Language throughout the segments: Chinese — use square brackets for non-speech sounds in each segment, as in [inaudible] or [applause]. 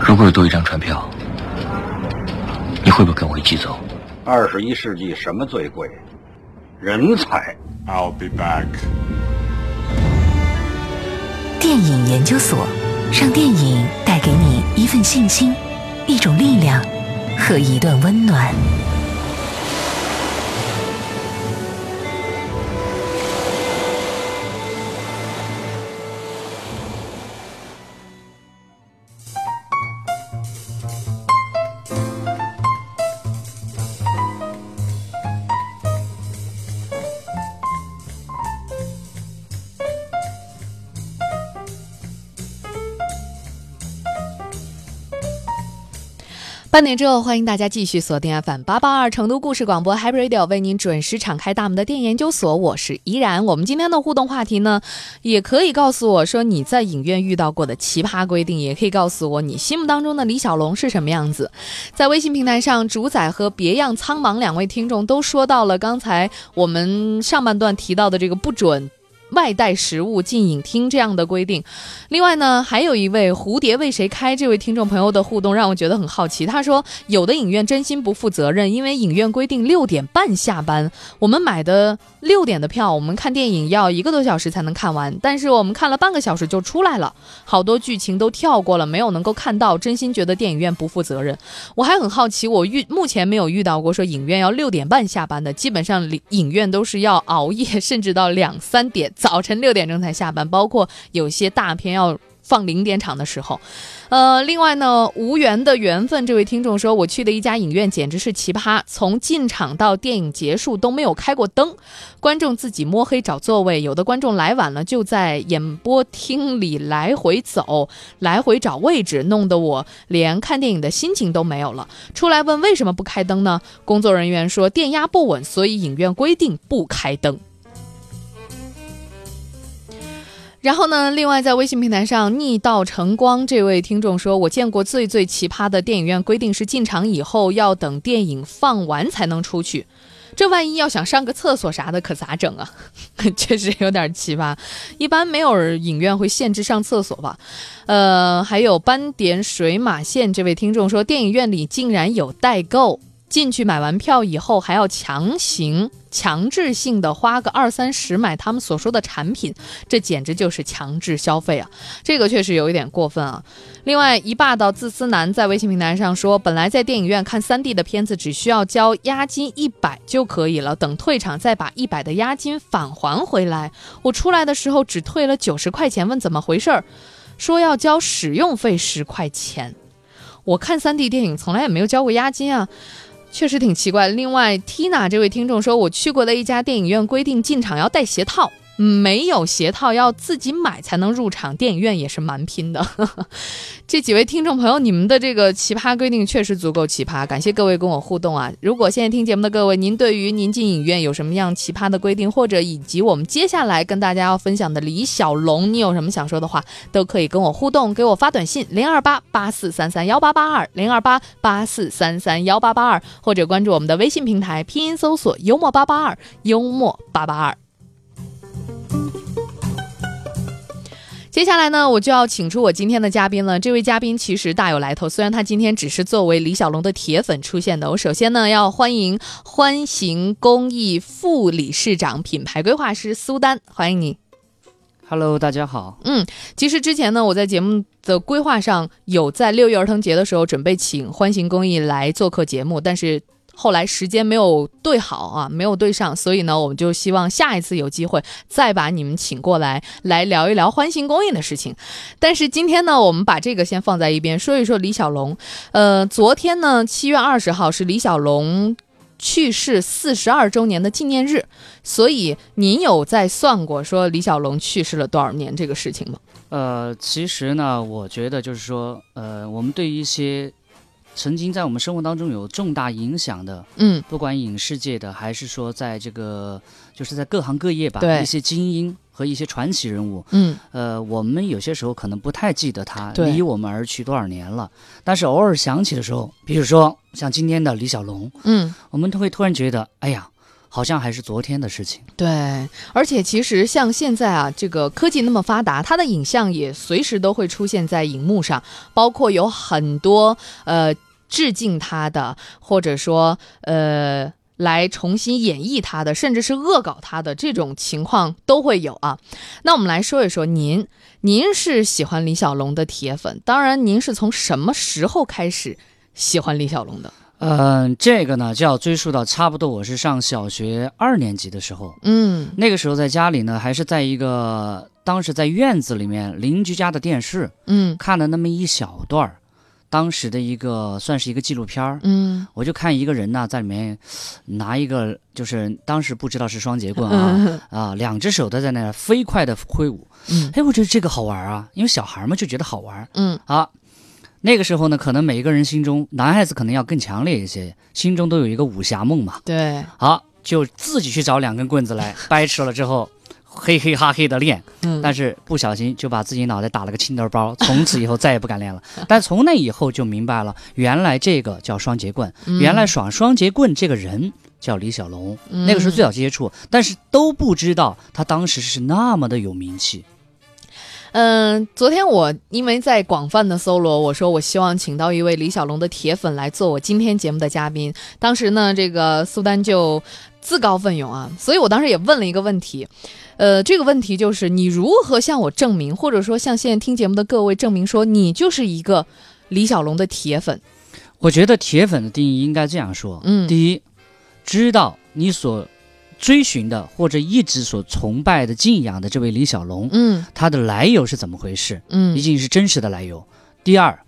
如果有多一张船票，你会不会跟我一起走？二十一世纪什么最贵？人才。 I'll be back。电影研究所，让电影带给你一份信心、一种力量和一段温暖。半点之后，欢迎大家继续锁定 FM 八八二成都故事广播 Happy Radio，为您准时敞开大门的电影研究所，我是怡然。我们今天的互动话题呢，也可以告诉我说你在影院遇到过的奇葩规定，也可以告诉我你心目当中的李小龙是什么样子。在微信平台上，主宰和别样苍茫两位听众都说到了刚才我们上半段提到的这个不准。外带食物进影厅这样的规定。另外呢，还有一位蝴蝶为谁开这位听众朋友的互动让我觉得很好奇。他说，有的影院真心不负责任，因为影院规定六点半下班，我们买的六点的票，我们看电影要一个多小时才能看完，但是我们看了半个小时就出来了，好多剧情都跳过了，没有能够看到，真心觉得电影院不负责任。我还很好奇，我遇目前没有遇到过说影院要六点半下班的，基本上呃里影院都是要熬夜，甚至到两三点，早晨六点钟才下班，包括有些大片要。放零点场的时候，呃，另外呢，无缘的缘分，这位听众说，我去的一家影院简直是奇葩，从进场到电影结束都没有开过灯，观众自己摸黑找座位，有的观众来晚了就在演播厅里来回走，来回找位置，弄得我连看电影的心情都没有了。出来问为什么不开灯呢？工作人员说电压不稳，所以影院规定不开灯。然后呢？另外，在微信平台上，逆道晨光这位听众说：“我见过最最奇葩的电影院规定是进场以后要等电影放完才能出去，这万一要想上个厕所啥的，可咋整啊？ [laughs] 确实有点奇葩。 [laughs] 一般没有影院会限制上厕所吧？呃，还有斑点水马线这位听众说，电影院里竟然有代购。”进去买完票以后，还要强行、强制性的花个二三十买他们所说的产品，这简直就是强制消费啊！这个确实有一点过分啊。另外，一霸道自私男在微信平台上说，本来在电影院看三 D 的片子只需要交押金一百就可以了，等退场再把一百的押金返还回来。我出来的时候只退了九十块钱，问怎么回事儿，说要交使用费十块钱。我看三 D 电影从来也没有交过押金啊。确实挺奇怪。另外，Tina 这位听众说，我去过的一家电影院规定进场要带鞋套，没有鞋套要自己买才能入场。电影院也是蛮拼的。 [laughs] 这几位听众朋友，你们的这个奇葩规定确实足够奇葩，感谢各位跟我互动啊！如果现在听节目的各位，您对于您进影院有什么样奇葩的规定，或者以及我们接下来跟大家要分享的李小龙，你有什么想说的话，都可以跟我互动，给我发短信零二八八四三三幺八八二零二八八四三三幺八八二。或者关注我们的微信平台，拼音搜索“幽默八八二”，幽默八八二。接下来呢，我就要请出我今天的嘉宾了。这位嘉宾其实大有来头，虽然他今天只是作为李小龙的铁粉出现的。我首先呢要欢迎欢行公益副理事长、品牌规划师苏丹，欢迎你。 Hello，大家好。嗯，其实之前呢，我在节目的规划上有在六一儿童节的时候准备请欢行公益来做客节目，但是后来时间没有对好啊，没有对上，所以呢，我们就希望下一次有机会再把你们请过来，来聊一聊欢行公益的事情。但是今天呢，我们把这个先放在一边，说一说李小龙。呃，昨天呢，七月二十号是李小龙。去世四十二周年的纪念日，所以您有在算过说李小龙去世了多少年这个事情吗？呃，其实呢，我觉得就是说，呃，我们对于一些曾经在我们生活当中有重大影响的，嗯，不管影视界的，还是说在这个就是在各行各业吧，对一些精英和一些传奇人物，嗯呃，我们有些时候可能不太记得他对离我们而去多少年了，但是偶尔想起的时候，比如说像今天的李小龙，嗯，我们都会突然觉得，哎呀，好像还是昨天的事情。对，而且其实像现在啊，这个科技那么发达，它的影像也随时都会出现在荧幕上，包括有很多呃致敬它的，或者说呃来重新演绎它的，甚至是恶搞它的这种情况都会有啊。那我们来说一说您，您是喜欢李小龙的铁粉，当然您是从什么时候开始喜欢李小龙的？嗯、这个呢就要追溯到差不多我是上小学二年级的时候，嗯那个时候在家里呢，还是在一个当时在院子里面邻居家的电视嗯看了那么一小段儿，当时的一个算是一个纪录片儿。嗯我就看一个人呢，在里面拿一个，就是当时不知道是双截棍啊、嗯啊，两只手都在那飞快的挥舞。嗯哎，我觉得这个好玩啊，因为小孩嘛就觉得好玩嗯啊。那个时候呢，可能每一个人心中，男孩子可能要更强烈一些，心中都有一个武侠梦嘛。对，好，就自己去找两根棍子来掰折了之后，嘿嘿哈嘿的练，嗯但是不小心就把自己脑袋打了个青豆包，从此以后再也不敢练了。但从那以后就明白了，原来这个叫双截棍，原来耍双截棍这个人叫李小龙，那个时候最早接触，但是都不知道他当时是那么的有名气。嗯，昨天我因为在广泛的搜罗，我说我希望请到一位李小龙的铁粉来做我今天节目的嘉宾。当时呢，这个苏丹就自告奋勇啊，所以我当时也问了一个问题，呃，这个问题就是你如何向我证明，或者说向现在听节目的各位证明说你就是一个李小龙的铁粉？我觉得铁粉的定义应该这样说：嗯第一，知道你所追寻的或者一直所崇拜的、敬仰的这位李小龙，嗯他的来由是怎么回事，嗯一定是真实的来由。第二，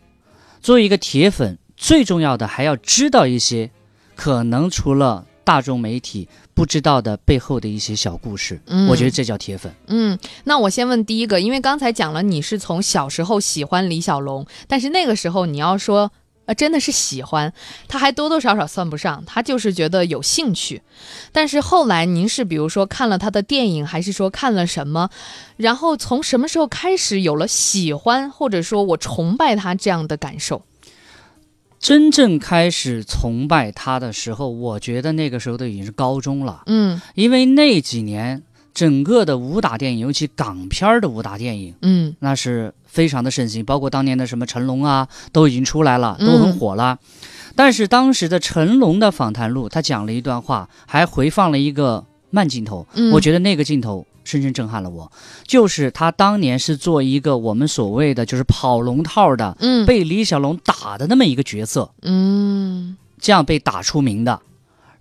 作为一个铁粉，最重要的还要知道一些可能除了大众媒体不知道的背后的一些小故事。嗯我觉得这叫铁粉。嗯，那我先问第一个，因为刚才讲了你是从小时候喜欢李小龙，但是那个时候你要说。呃，真的是喜欢，他还多多少少算不上，他就是觉得有兴趣。但是后来您是比如说看了他的电影，还是说看了什么，然后从什么时候开始有了喜欢，或者说我崇拜他这样的感受？真正开始崇拜他的时候，我觉得那个时候都已经是高中了。嗯因为那几年整个的武打电影，尤其港片儿的武打电影，嗯那是非常的盛行，包括当年的什么成龙啊，都已经出来了，嗯都很火了。但是当时的成龙的访谈录，他讲了一段话，还回放了一个慢镜头，嗯我觉得那个镜头深深震撼了我。就是他当年是做一个我们所谓的就是跑龙套的，嗯被李小龙打的那么一个角色，嗯这样被打出名的。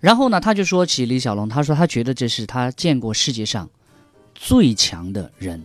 然后呢，他就说起李小龙，他说他觉得这是他见过世界上最强的人，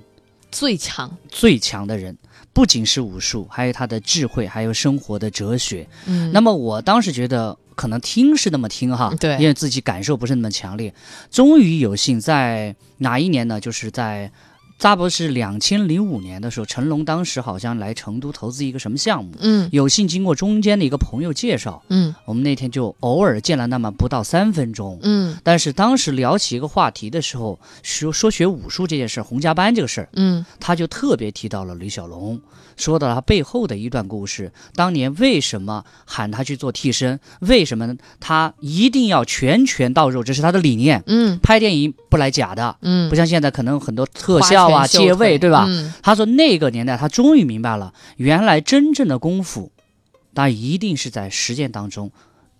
最强最强的人，不仅是武术，还有他的智慧，还有生活的哲学。嗯那么我当时觉得，可能听是那么听哈，对因为自己感受不是那么强烈。终于有幸在哪一年呢？就是在。差不多是两千零五年的时候，成龙当时好像来成都投资一个什么项目，嗯有幸经过中间的一个朋友介绍，嗯我们那天就偶尔见了那么不到三分钟。嗯但是当时聊起一个话题的时候，说说学武术这件事儿，洪家班这个事儿，嗯他就特别提到了李小龙，说到了他背后的一段故事，当年为什么喊他去做替身，为什么他一定要拳拳到肉，这是他的理念。嗯拍电影不来假的，嗯，不像现在可能很多特花效啊、拳绣借位，腿对吧？嗯他说那个年代他终于明白了，原来真正的功夫，他一定是在实践当中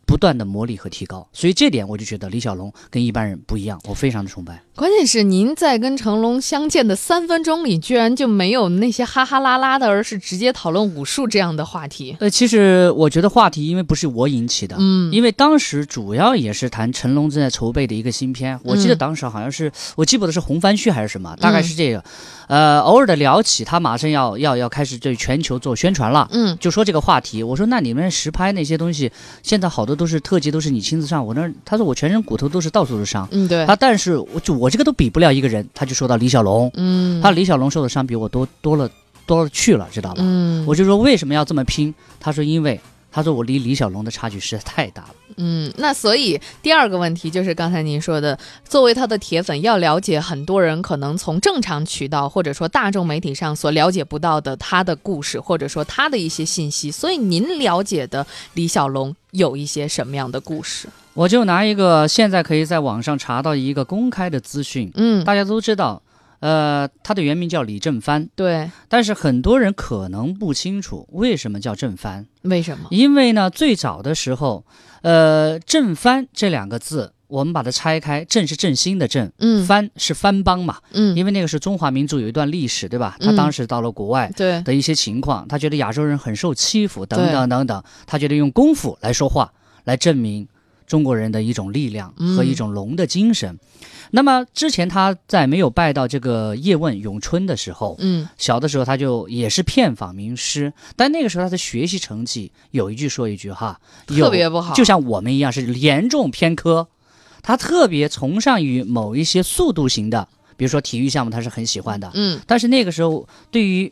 不断的磨砺和提高。所以这点我就觉得李小龙跟一般人不一样，我非常的崇拜。关键是您在跟成龙相见的三分钟里，居然就没有那些哈哈啦啦的，而是直接讨论武术这样的话题。呃，其实我觉得话题因为不是我引起的。嗯因为当时主要也是谈成龙正在筹备的一个新片，我记得嗯当时好像是我记不得是《红番区》还是什么，大概是这个，呃，偶尔的聊起他马上要要要开始对全球做宣传了，嗯就说这个话题，我说那你们实拍那些东西，现在好多都是特技，都是你亲自上。我那儿他说我全身骨头都是到处都伤，嗯，对他，但是我就我这个都比不了一个人，他就说到李小龙，嗯，他李小龙受的伤比我多多了多了去了，知道吧？嗯，我就说为什么要这么拼？他说因为他说我离李小龙的差距实在太大了。嗯，那所以第二个问题就是刚才您说的，作为他的铁粉，要了解很多人可能从正常渠道或者说大众媒体上所了解不到的他的故事，或者说他的一些信息。所以您了解的李小龙有一些什么样的故事？我就拿一个现在可以在网上查到一个公开的资讯，嗯，大家都知道，呃，他的原名叫李正藩，对，但是很多人可能不清楚为什么叫正藩，为什么？因为呢，最早的时候，呃，正藩这两个字，我们把它拆开，正是振兴的振，嗯藩是藩邦嘛，嗯，因为那个是中华民族有一段历史，对吧？他嗯当时到了国外。对，的一些情况，他觉得亚洲人很受欺负，等对等等等，他觉得用功夫来说话，来证明中国人的一种力量嗯和一种龙的精神。那么之前他在没有拜到这个叶问、咏春的时候，嗯小的时候他就也是遍访名师，但那个时候他的学习成绩有一句说一句哈，有特别不好就像我们一样是严重偏科。他特别崇尚于某一些速度型的，比如说体育项目，他是很喜欢的。嗯，但是那个时候，对于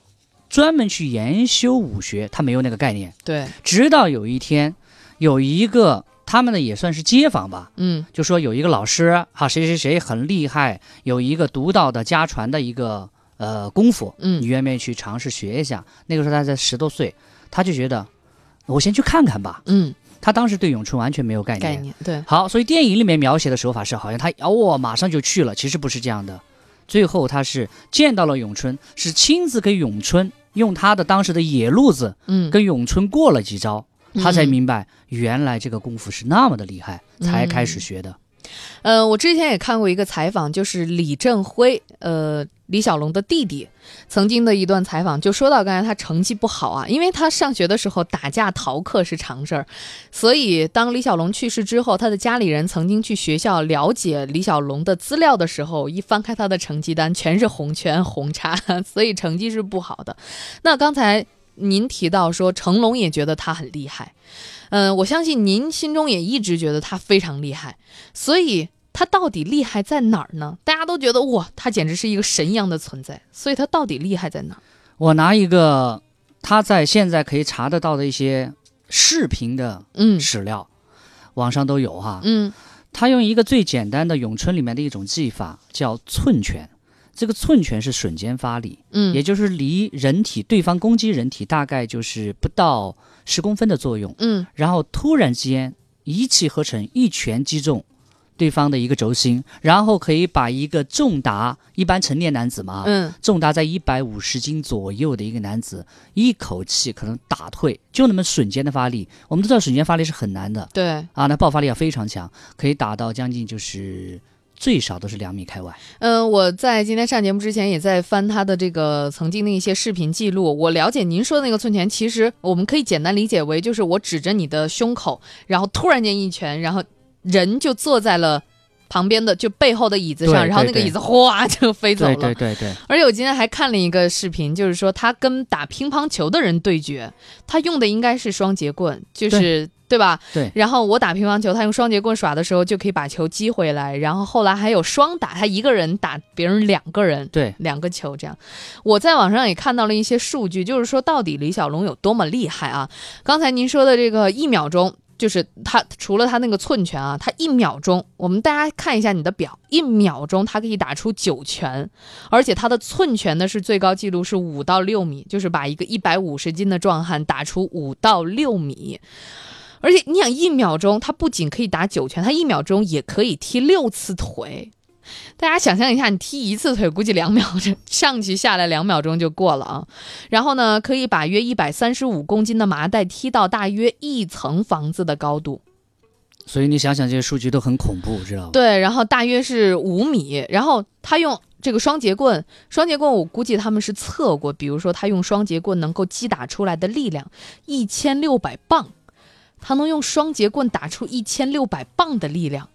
专门去研修武学，他没有那个概念。对，直到有一天，有一个他们的也算是街坊吧，嗯就说有一个老师哈、谁谁谁很厉害，有一个独到的家传的一个呃功夫，嗯你愿不愿意去尝试学一下？那个时候他才十多岁，他就觉得我先去看看吧。嗯，他当时对咏春完全没有概念。概念对，好，所以电影里面描写的手法是好像他哦马上就去了，其实不是这样的。最后他是见到了咏春，是亲自给咏春用他的当时的野路子嗯，跟咏春过了几招，他才嗯明白原来这个功夫是那么的厉害，才开嗯始学的。呃，我之前也看过一个采访，就是李振辉，呃，李小龙的弟弟，曾经的一段采访，就说到刚才他成绩不好啊，因为他上学的时候打架逃课是常事儿，所以当李小龙去世之后，他的家里人曾经去学校了解李小龙的资料的时候，一翻开他的成绩单，全是红圈红叉， [laughs] 所以成绩是不好的。那刚才您提到说，成龙也觉得他很厉害。嗯，我相信您心中也一直觉得他非常厉害，所以他到底厉害在哪儿呢？大家都觉得哇，他简直是一个神一样的存在，所以他到底厉害在哪儿？我拿一个他在现在可以查得到的一些视频的嗯史料，网上都有哈。嗯他用一个最简单的咏春里面的一种技法叫寸拳，这个寸拳是瞬间发力。嗯，也就是离人体对方攻击人体大概就是不到十公分的作用，嗯然后突然之间一气呵成，一拳击中对方的一个轴心，然后可以把一个重达一般成年男子嘛，嗯重达在一百五十斤左右的一个男子，一口气可能打退，就那么瞬间的发力。我们都知道瞬间发力是很难的对，啊，那爆发力要非常强，可以打到将近就是最少都是两米开外。嗯、我在今天上节目之前也在翻他的这个曾经的一些视频记录，我了解您说的那个寸拳，其实我们可以简单理解为就是我指着你的胸口，然后突然间一拳，然后人就坐在了。旁边的就背后的椅子上，对然后那对个对椅子哗就飞走了。对对对对，而且我今天还看了一个视频，就是说他跟打乒乓球的人对决，他用的应该是双节棍，就是对吧？对然后我打乒乓球，他用双节棍耍的时候就可以把球击回来，然后后来还有双打，他一个人打别人两个人。对，两个球这样，我在网上也看到了一些数据，就是说到底李小龙有多么厉害啊？刚才您说的这个一秒钟，就是他除了他那个寸拳啊，他一秒钟，我们大家看一下你的表，一秒钟他可以打出九拳，而且他的寸拳呢是最高纪录是五到六米，就是把一个一百五十斤的壮汉打出五到六米。而且你想，一秒钟他不仅可以打九拳，他一秒钟也可以踢六次腿。大家想象一下，你踢一次腿，估计两秒钟 [laughs] 上去下来两秒钟就过了啊。然后呢，可以把约一百三十五公斤的麻袋踢到大约一层房子的高度。所以你想想这些数据都很恐怖，知道吧？对，然后大约是五米，然后他用这个双节棍，双节棍我估计他们是测过，比如说他用双节棍能够击打出来的力量一千六百磅，他能用双节棍打出一千六百磅的力量，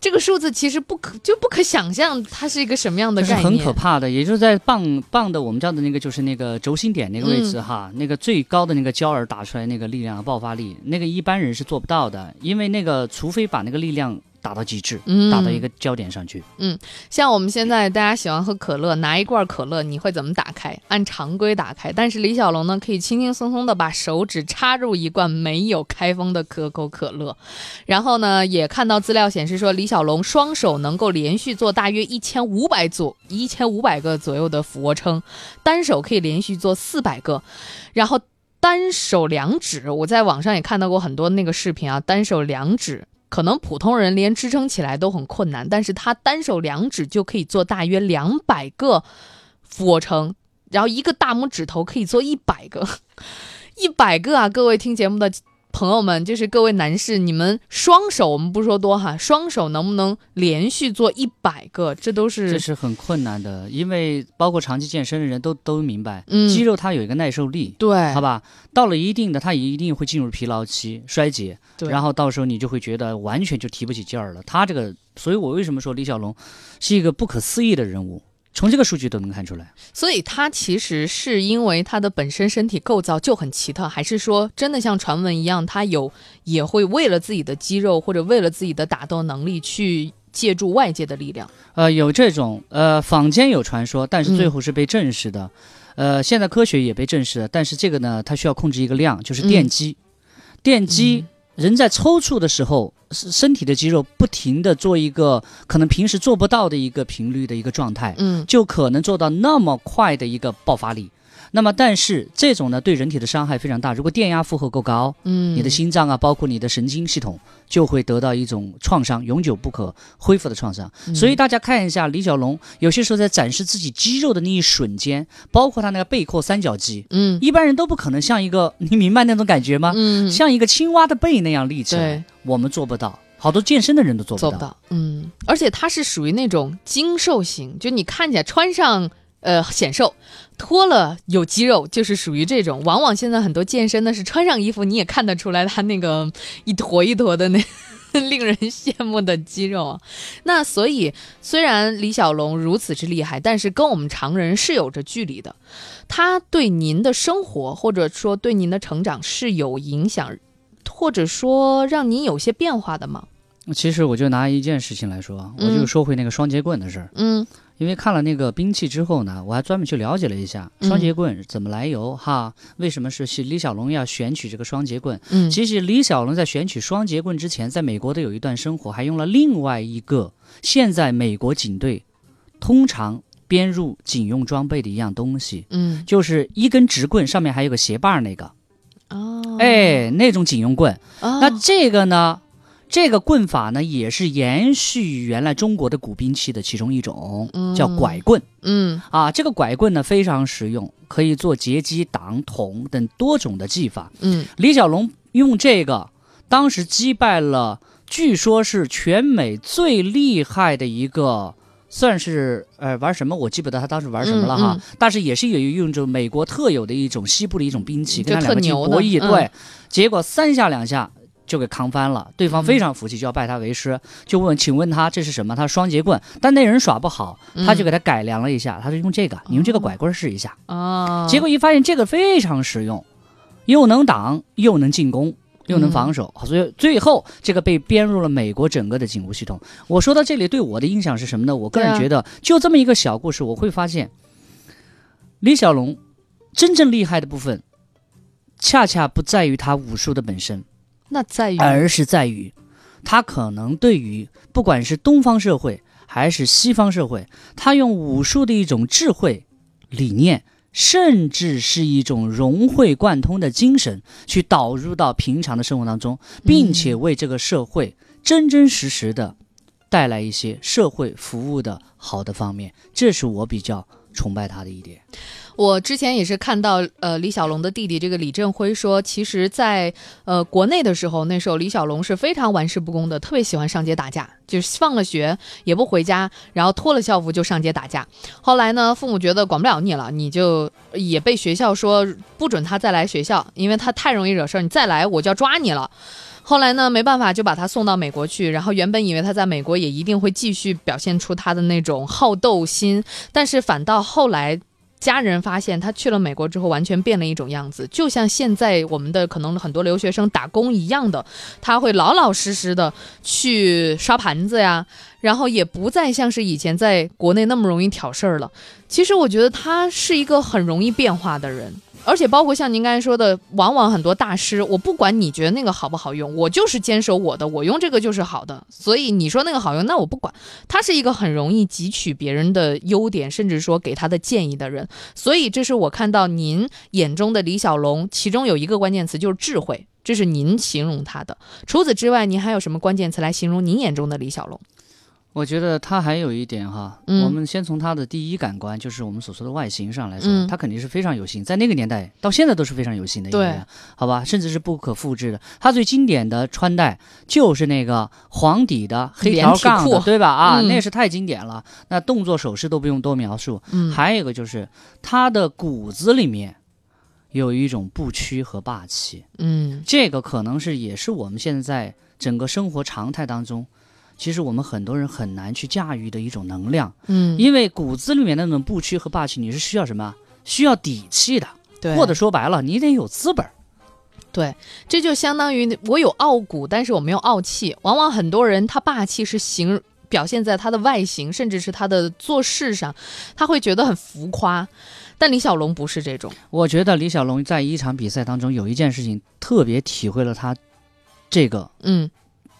这个数字其实不可就不可想象，它是一个什么样的就是概念，很可怕的，也就是在棒棒的我们叫的那个就是那个轴心点那个位嗯置哈，那个最高的那个焦耳打出来那个力量爆发力，那个一般人是做不到的，因为那个除非把那个力量打到极致，嗯打到一个焦点上去。像我们现在大家喜欢喝可乐，拿一罐可乐，你会怎么打开？按常规打开，但是李小龙呢，可以轻轻松松的把手指插入一罐没有开封的可口可乐。然后呢，也看到资料显示说，李小龙双手能够连续做大约一千五百左一千五百个左右的俯卧撑，单手可以连续做四百个，然后单手两指，我在网上也看到过很多那个视频啊，单手两指。可能普通人连支撑起来都很困难，但是他单手两指就可以做大约两百个俯卧撑，然后一个大拇指头可以做一百个， [laughs] 一百个啊！各位听节目的朋友们，就是各位男士，你们双手我们不说多哈，双手能不能连续做一百个？这都这是是很困难的，因为包括长期健身的人都都明白，嗯肌肉它有一个耐受力，对好吧？到了一定的，它一定会进入疲劳期、衰竭，对然后到时候你就会觉得完全就提不起劲儿了。他这个，所以我为什么说李小龙是一个不可思议的人物？从这个数据都能看出来，所以他其实是因为他的本身身体构造就很奇特，还是说真的像传闻一样，他有也会为了自己的肌肉或者为了自己的打斗能力去借助外界的力量？呃，有这种，呃，坊间有传说，但是嗯最后是被证实的，呃，现在科学也被证实了，但是这个呢，它需要控制一个量，就是电嗯击，电击、人在抽搐的时候，是身体的肌肉不停的做一个可能平时做不到的一个频率的一个状态，嗯，就可能做到那么快的一个爆发力。那么，但是这种呢，对人体的伤害非常大。如果电压负荷够高，嗯，你的心脏啊，包括你的神经系统，就会得到一种创伤，永久不可恢复的创伤。嗯所以大家看一下李小龙，有些时候在展示自己肌肉的那一瞬间，包括他那个背阔三角肌，嗯一般人都不可能像一个，你明白那种感觉吗？嗯，像一个青蛙的背那样立起来对，我们做不到，好多健身的人都做不做到。不到，嗯，而且他是属于那种精瘦型，就你看起来穿上呃显瘦，脱了有肌肉，就是属于这种。往往现在很多健身的是穿上衣服你也看得出来他那个一坨一坨的那 [laughs] 令人羡慕的肌肉啊。那所以虽然李小龙如此之厉害，但是跟我们常人是有着距离的，他对您的生活或者说对您的成长是有影响。或者说让您有些变化的吗？其实我就拿一件事情来说啊，我嗯就说回那个双截棍的事儿，嗯，因为看了那个兵器之后呢，我还专门去了解了一下嗯双截棍怎么来由、哈，为什么是是李小龙要选取这个双截棍？嗯其实李小龙在选取双截棍之前，在美国的有一段生活，还用了另外一个现在美国警队通常编入警用装备的一样东西，嗯就是一根直棍上面还有个斜把儿那个，哦，哎，那种警用棍。哦，那这个呢，这个棍法呢，也是延续原来中国的古兵器的其中一种，叫拐棍嗯啊。这个拐棍呢非常实用，可以做截击、挡、捅等多种的技法。嗯李小龙用这个，当时击败了，据说是全美最厉害的一个。算是呃玩什么我记不得他当时玩什么了哈，嗯但是也是有用着美国特有的一种西部的一种兵器，就跟特他两个进行牛博的弈，嗯对，结果三下两下就给扛翻了，对嗯方非常服气，就要拜他为师，就问，请问他这是什么？他说双截棍，但那人耍不好，嗯他就给他改良了一下，他就用这个，你哦用这个拐棍试一下，啊，结果一发现这个非常实用，又能挡，又能进攻，又嗯能防守，所以最后这个被编入了美国整个的警务系统。我说到这里，对我的印象是什么呢？我个对人啊觉得，就这么一个小故事，我会发现，李小龙真正厉害的部分，恰恰不在于他武术的本身，那在于而是在于他可能对于不管是东方社会还是西方社会，他用武术的一种智慧、理念，甚至是一种融会贯通的精神，去导入到平常的生活当中，嗯并且为这个社会真真实实的带来一些社会服务的好的方面，这是我比较崇拜他的一点。我之前也是看到，呃，李小龙的弟弟这个李振辉说，其实在，呃国内的时候，那时候李小龙是非常玩世不恭的，特别喜欢上街打架，就是放了学也不回家，然后脱了校服就上街打架。后来呢，父母觉得管不了你了，你就也被学校说不准他再来学校，因为他太容易惹事儿，你再来我就要抓你了。后来呢，没办法，就把他送到美国去。然后原本以为他在美国也一定会继续表现出他的那种好斗心，但是反倒后来家人发现他去了美国之后，完全变了一种样子，就像现在我们的可能很多留学生打工一样的，他会老老实实的去刷盘子呀，然后也不再像是以前在国内那么容易挑事儿了。其实我觉得他是一个很容易变化的人，而且包括像您刚才说的，往往很多大师，我不管你觉得那个好不好用，我就是坚守我的，我用这个就是好的。所以你说那个好用，那我不管。他是一个很容易汲取别人的优点，甚至说给他的建议的人。所以这是我看到您眼中的李小龙，其中有一个关键词就是智慧，这是您形容他的。除此之外，您还有什么关键词来形容您眼中的李小龙？我觉得他还有一点哈，嗯我们先从他的第一感官，就是我们所说的外形上来说，嗯他肯定是非常有型，在那个年代到现在都是非常有型的一个对人，好吧，甚至是不可复制的。他最经典的穿戴就是那个黄底的黑条杠连体的，裤对吧？啊，嗯那是太经典了，那动作手势都不用多描述。嗯还有一个就是他的骨子里面有一种不屈和霸气，嗯这个可能是也是我们现在整个生活常态当中，其实我们很多人很难去驾驭的一种能量，嗯，因为骨子里面那种不屈和霸气，你是需要什么？需要底气的，对或者说白了，你得有资本。对，这就相当于我有傲骨，但是我没有傲气。往往很多人他霸气是形表现在他的外形，甚至是他的做事上，他会觉得很浮夸。但李小龙不是这种，我觉得李小龙在一场比赛当中有一件事情特别体会了他这个嗯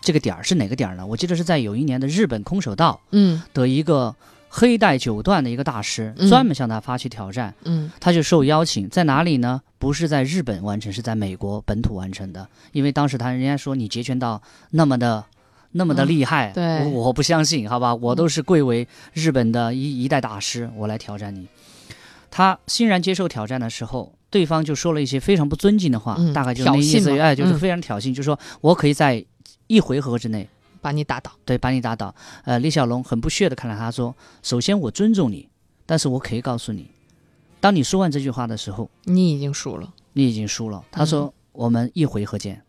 这个点儿是哪个点儿呢？我记得是在有一年的日本空手道嗯的一个黑带九段的一个大师、嗯专门向他发起挑战，嗯他就受邀请，在哪里呢？不是在日本完成，是在美国本土完成的。因为当时他人家说你截拳道那么的那么的嗯厉害，对嗯我我不相信，好吧，我都是贵为日本的一一代大师，我来挑战你。他欣然接受挑战的时候，对方就说了一些非常不尊敬的话，嗯大概就是那挑衅意思，嘛哎，就是嗯非常挑衅，就说我可以在一回合之内把你打倒。对，把你打倒。呃，李小龙很不屑地看着他说：“首先我尊重你，但是我可以告诉你，当你说完这句话的时候，你已经输了，你已经输了。”他说：“我们一回合见。”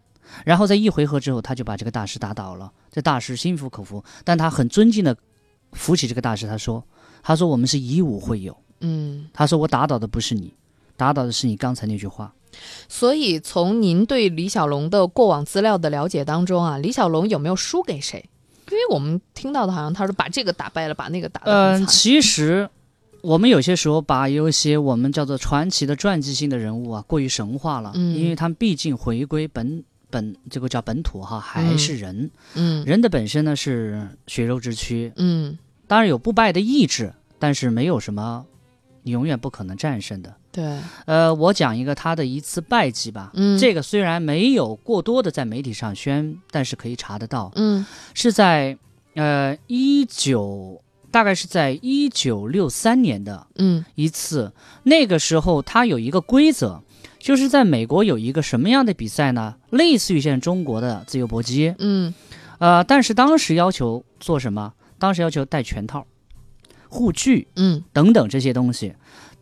然后在一回合之后，他就把这个大师打倒了。这大师心服口服，但他很尊敬地扶起这个大师，他说：“他说我们是以武会友。嗯，他说我打倒的不是你，打倒的是你刚才那句话。”所以从您对李小龙的过往资料的了解当中啊，李小龙有没有输给谁？因为我们听到的好像他说把这个打败了，把那个打得很嗯，惨。其实我们有些时候把有一些我们叫做传奇的传记性的人物啊，过于神化了，嗯因为他们毕竟回归本本这个叫本土哈，还是人，嗯人的本身呢是血肉之躯，嗯，当然有不败的意志，但是没有什么你永远不可能战胜的。对，呃，我讲一个他的一次败绩吧。嗯这个虽然没有过多的在媒体上宣，但是可以查得到。嗯是在呃一九大概是在一九六三年的嗯一次。那个时候它有一个规则，就是在美国有一个什么样的比赛呢？类似于现在中国的自由搏击，嗯，呃，但是当时要求做什么？当时要求戴拳套、护具嗯等等这些东西。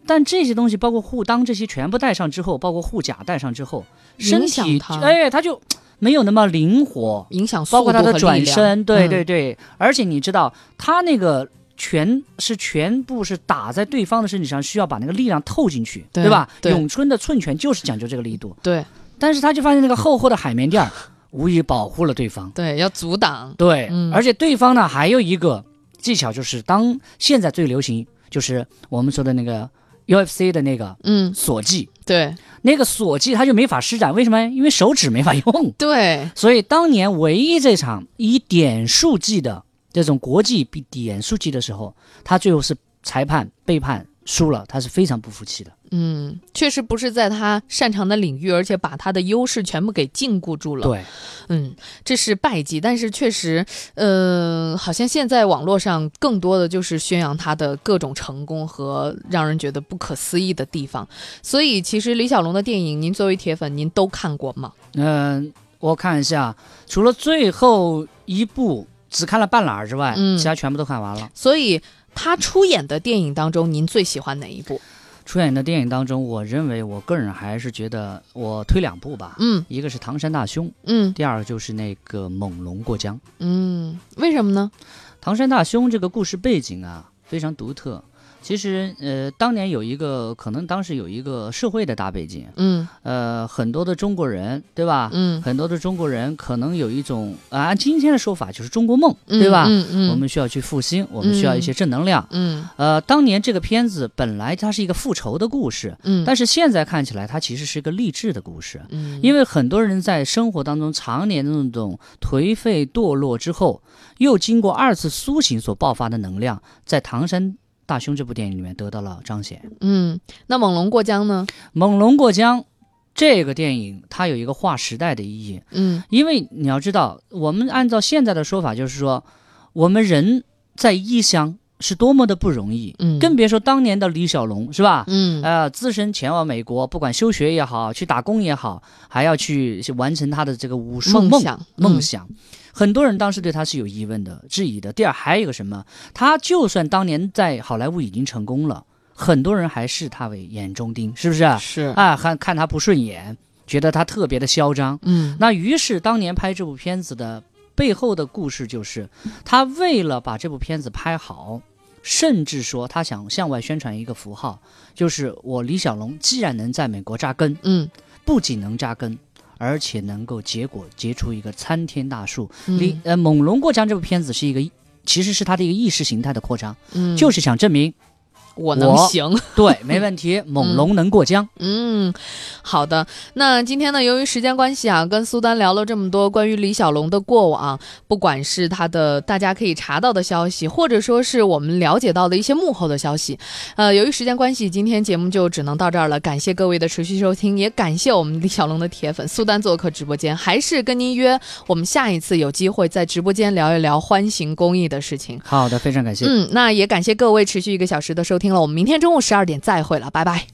但这些东西，包括护裆这些，全部戴上之后，包括护甲戴上之后，身影响体它哎，它就没有那么灵活。影响速包度和括他的转力量身，对嗯对对，而且你知道他那个拳是全部是打在对方的身体上，需要把那个力量透进去，对吧？对咏春的寸拳就是讲究这个力度，对但是他就发现那个厚厚的海 [laughs] 绵垫儿无疑保护了对方，对，要阻挡，对，嗯而且对方呢还有一个技巧就是，当现在最流行就是我们说的那个 UFC 的那个嗯，锁技，对那个锁技他就没法施展，为什么？因为手指没法用。对，所以当年唯一这场以点数计的这种国际比点数计的时候，他最后是裁判被判输了，他是非常不服气的。嗯，确实不是在他擅长的领域，而且把他的优势全部给禁锢住了。，对，嗯，这是败绩，但是确实，呃，好像现在网络上更多的就是宣扬他的各种成功和让人觉得不可思议的地方。所以，其实李小龙的电影，您作为铁粉，您都看过吗？嗯、我看一下，除了最后一部只看了半拉儿之外，嗯其他全部都看完了。所以。他出演的电影当中，您最喜欢哪一部？出演的电影当中，我认为我个人还是觉得我推两部吧，嗯一个是《唐山大兄》，嗯第二个就是那个《猛龙过江》。嗯，为什么呢？唐山大兄这个故事背景啊非常独特，其实呃，当年有一个可能当时有一个社会的大背景，嗯呃，很多的中国人对吧？嗯很多的中国人可能有一种啊，按今天的说法就是中国梦，嗯对吧？嗯嗯，我们需要去复兴，我们需要一些正能量。嗯呃，当年这个片子本来它是一个复仇的故事，嗯，但是现在看起来它其实是个励志的故事。嗯因为很多人在生活当中常年的那种颓废堕落之后，又经过二次苏醒所爆发的能量，在《唐山大兄》这部电影里面得到了彰显。嗯，那猛龙过江呢？ 《猛龙过江》这个电影，它有一个划时代的意义，嗯因为你要知道，我们按照现在的说法，就是说，我们人在异乡是多么的不容易，嗯更别说当年的李小龙，是吧？嗯呃，自身前往美国，不管休学也好，去打工也好，还要去完成他的这个武术梦梦想嗯梦想。很多人当时对他是有疑问的、质疑的。第二，还有一个什么？他就算当年在好莱坞已经成功了，很多人还视他为眼中钉，是不是？是啊，看看他不顺眼，觉得他特别的嚣张。嗯那于是当年拍这部片子的背后的故事就是，他为了把这部片子拍好，甚至说他想向外宣传一个符号，就是我李小龙既然能在美国扎根，嗯不仅能扎根。而且能够结果结出一个参天大树。李嗯呃，《猛龙过江》这部片子是一个，其实是他的一个意识形态的扩张，嗯，就是想证明，我能我行。对，没问题，猛龙能过江。 [laughs] 嗯，好的。那今天呢，由于时间关系啊，跟苏丹聊了这么多关于李小龙的过往，不管是他的大家可以查到的消息，或者说是我们了解到的一些幕后的消息。呃，由于时间关系，今天节目就只能到这儿了。感谢各位的持续收听，也感谢我们李小龙的铁粉苏丹做客直播间。还是跟您约，我们下一次有机会在直播间聊一聊欢行公益的事情。好的，非常感谢。嗯嗯，那也感谢各位持续一个小时的收听了。我们明天中午十二点再会了，拜拜。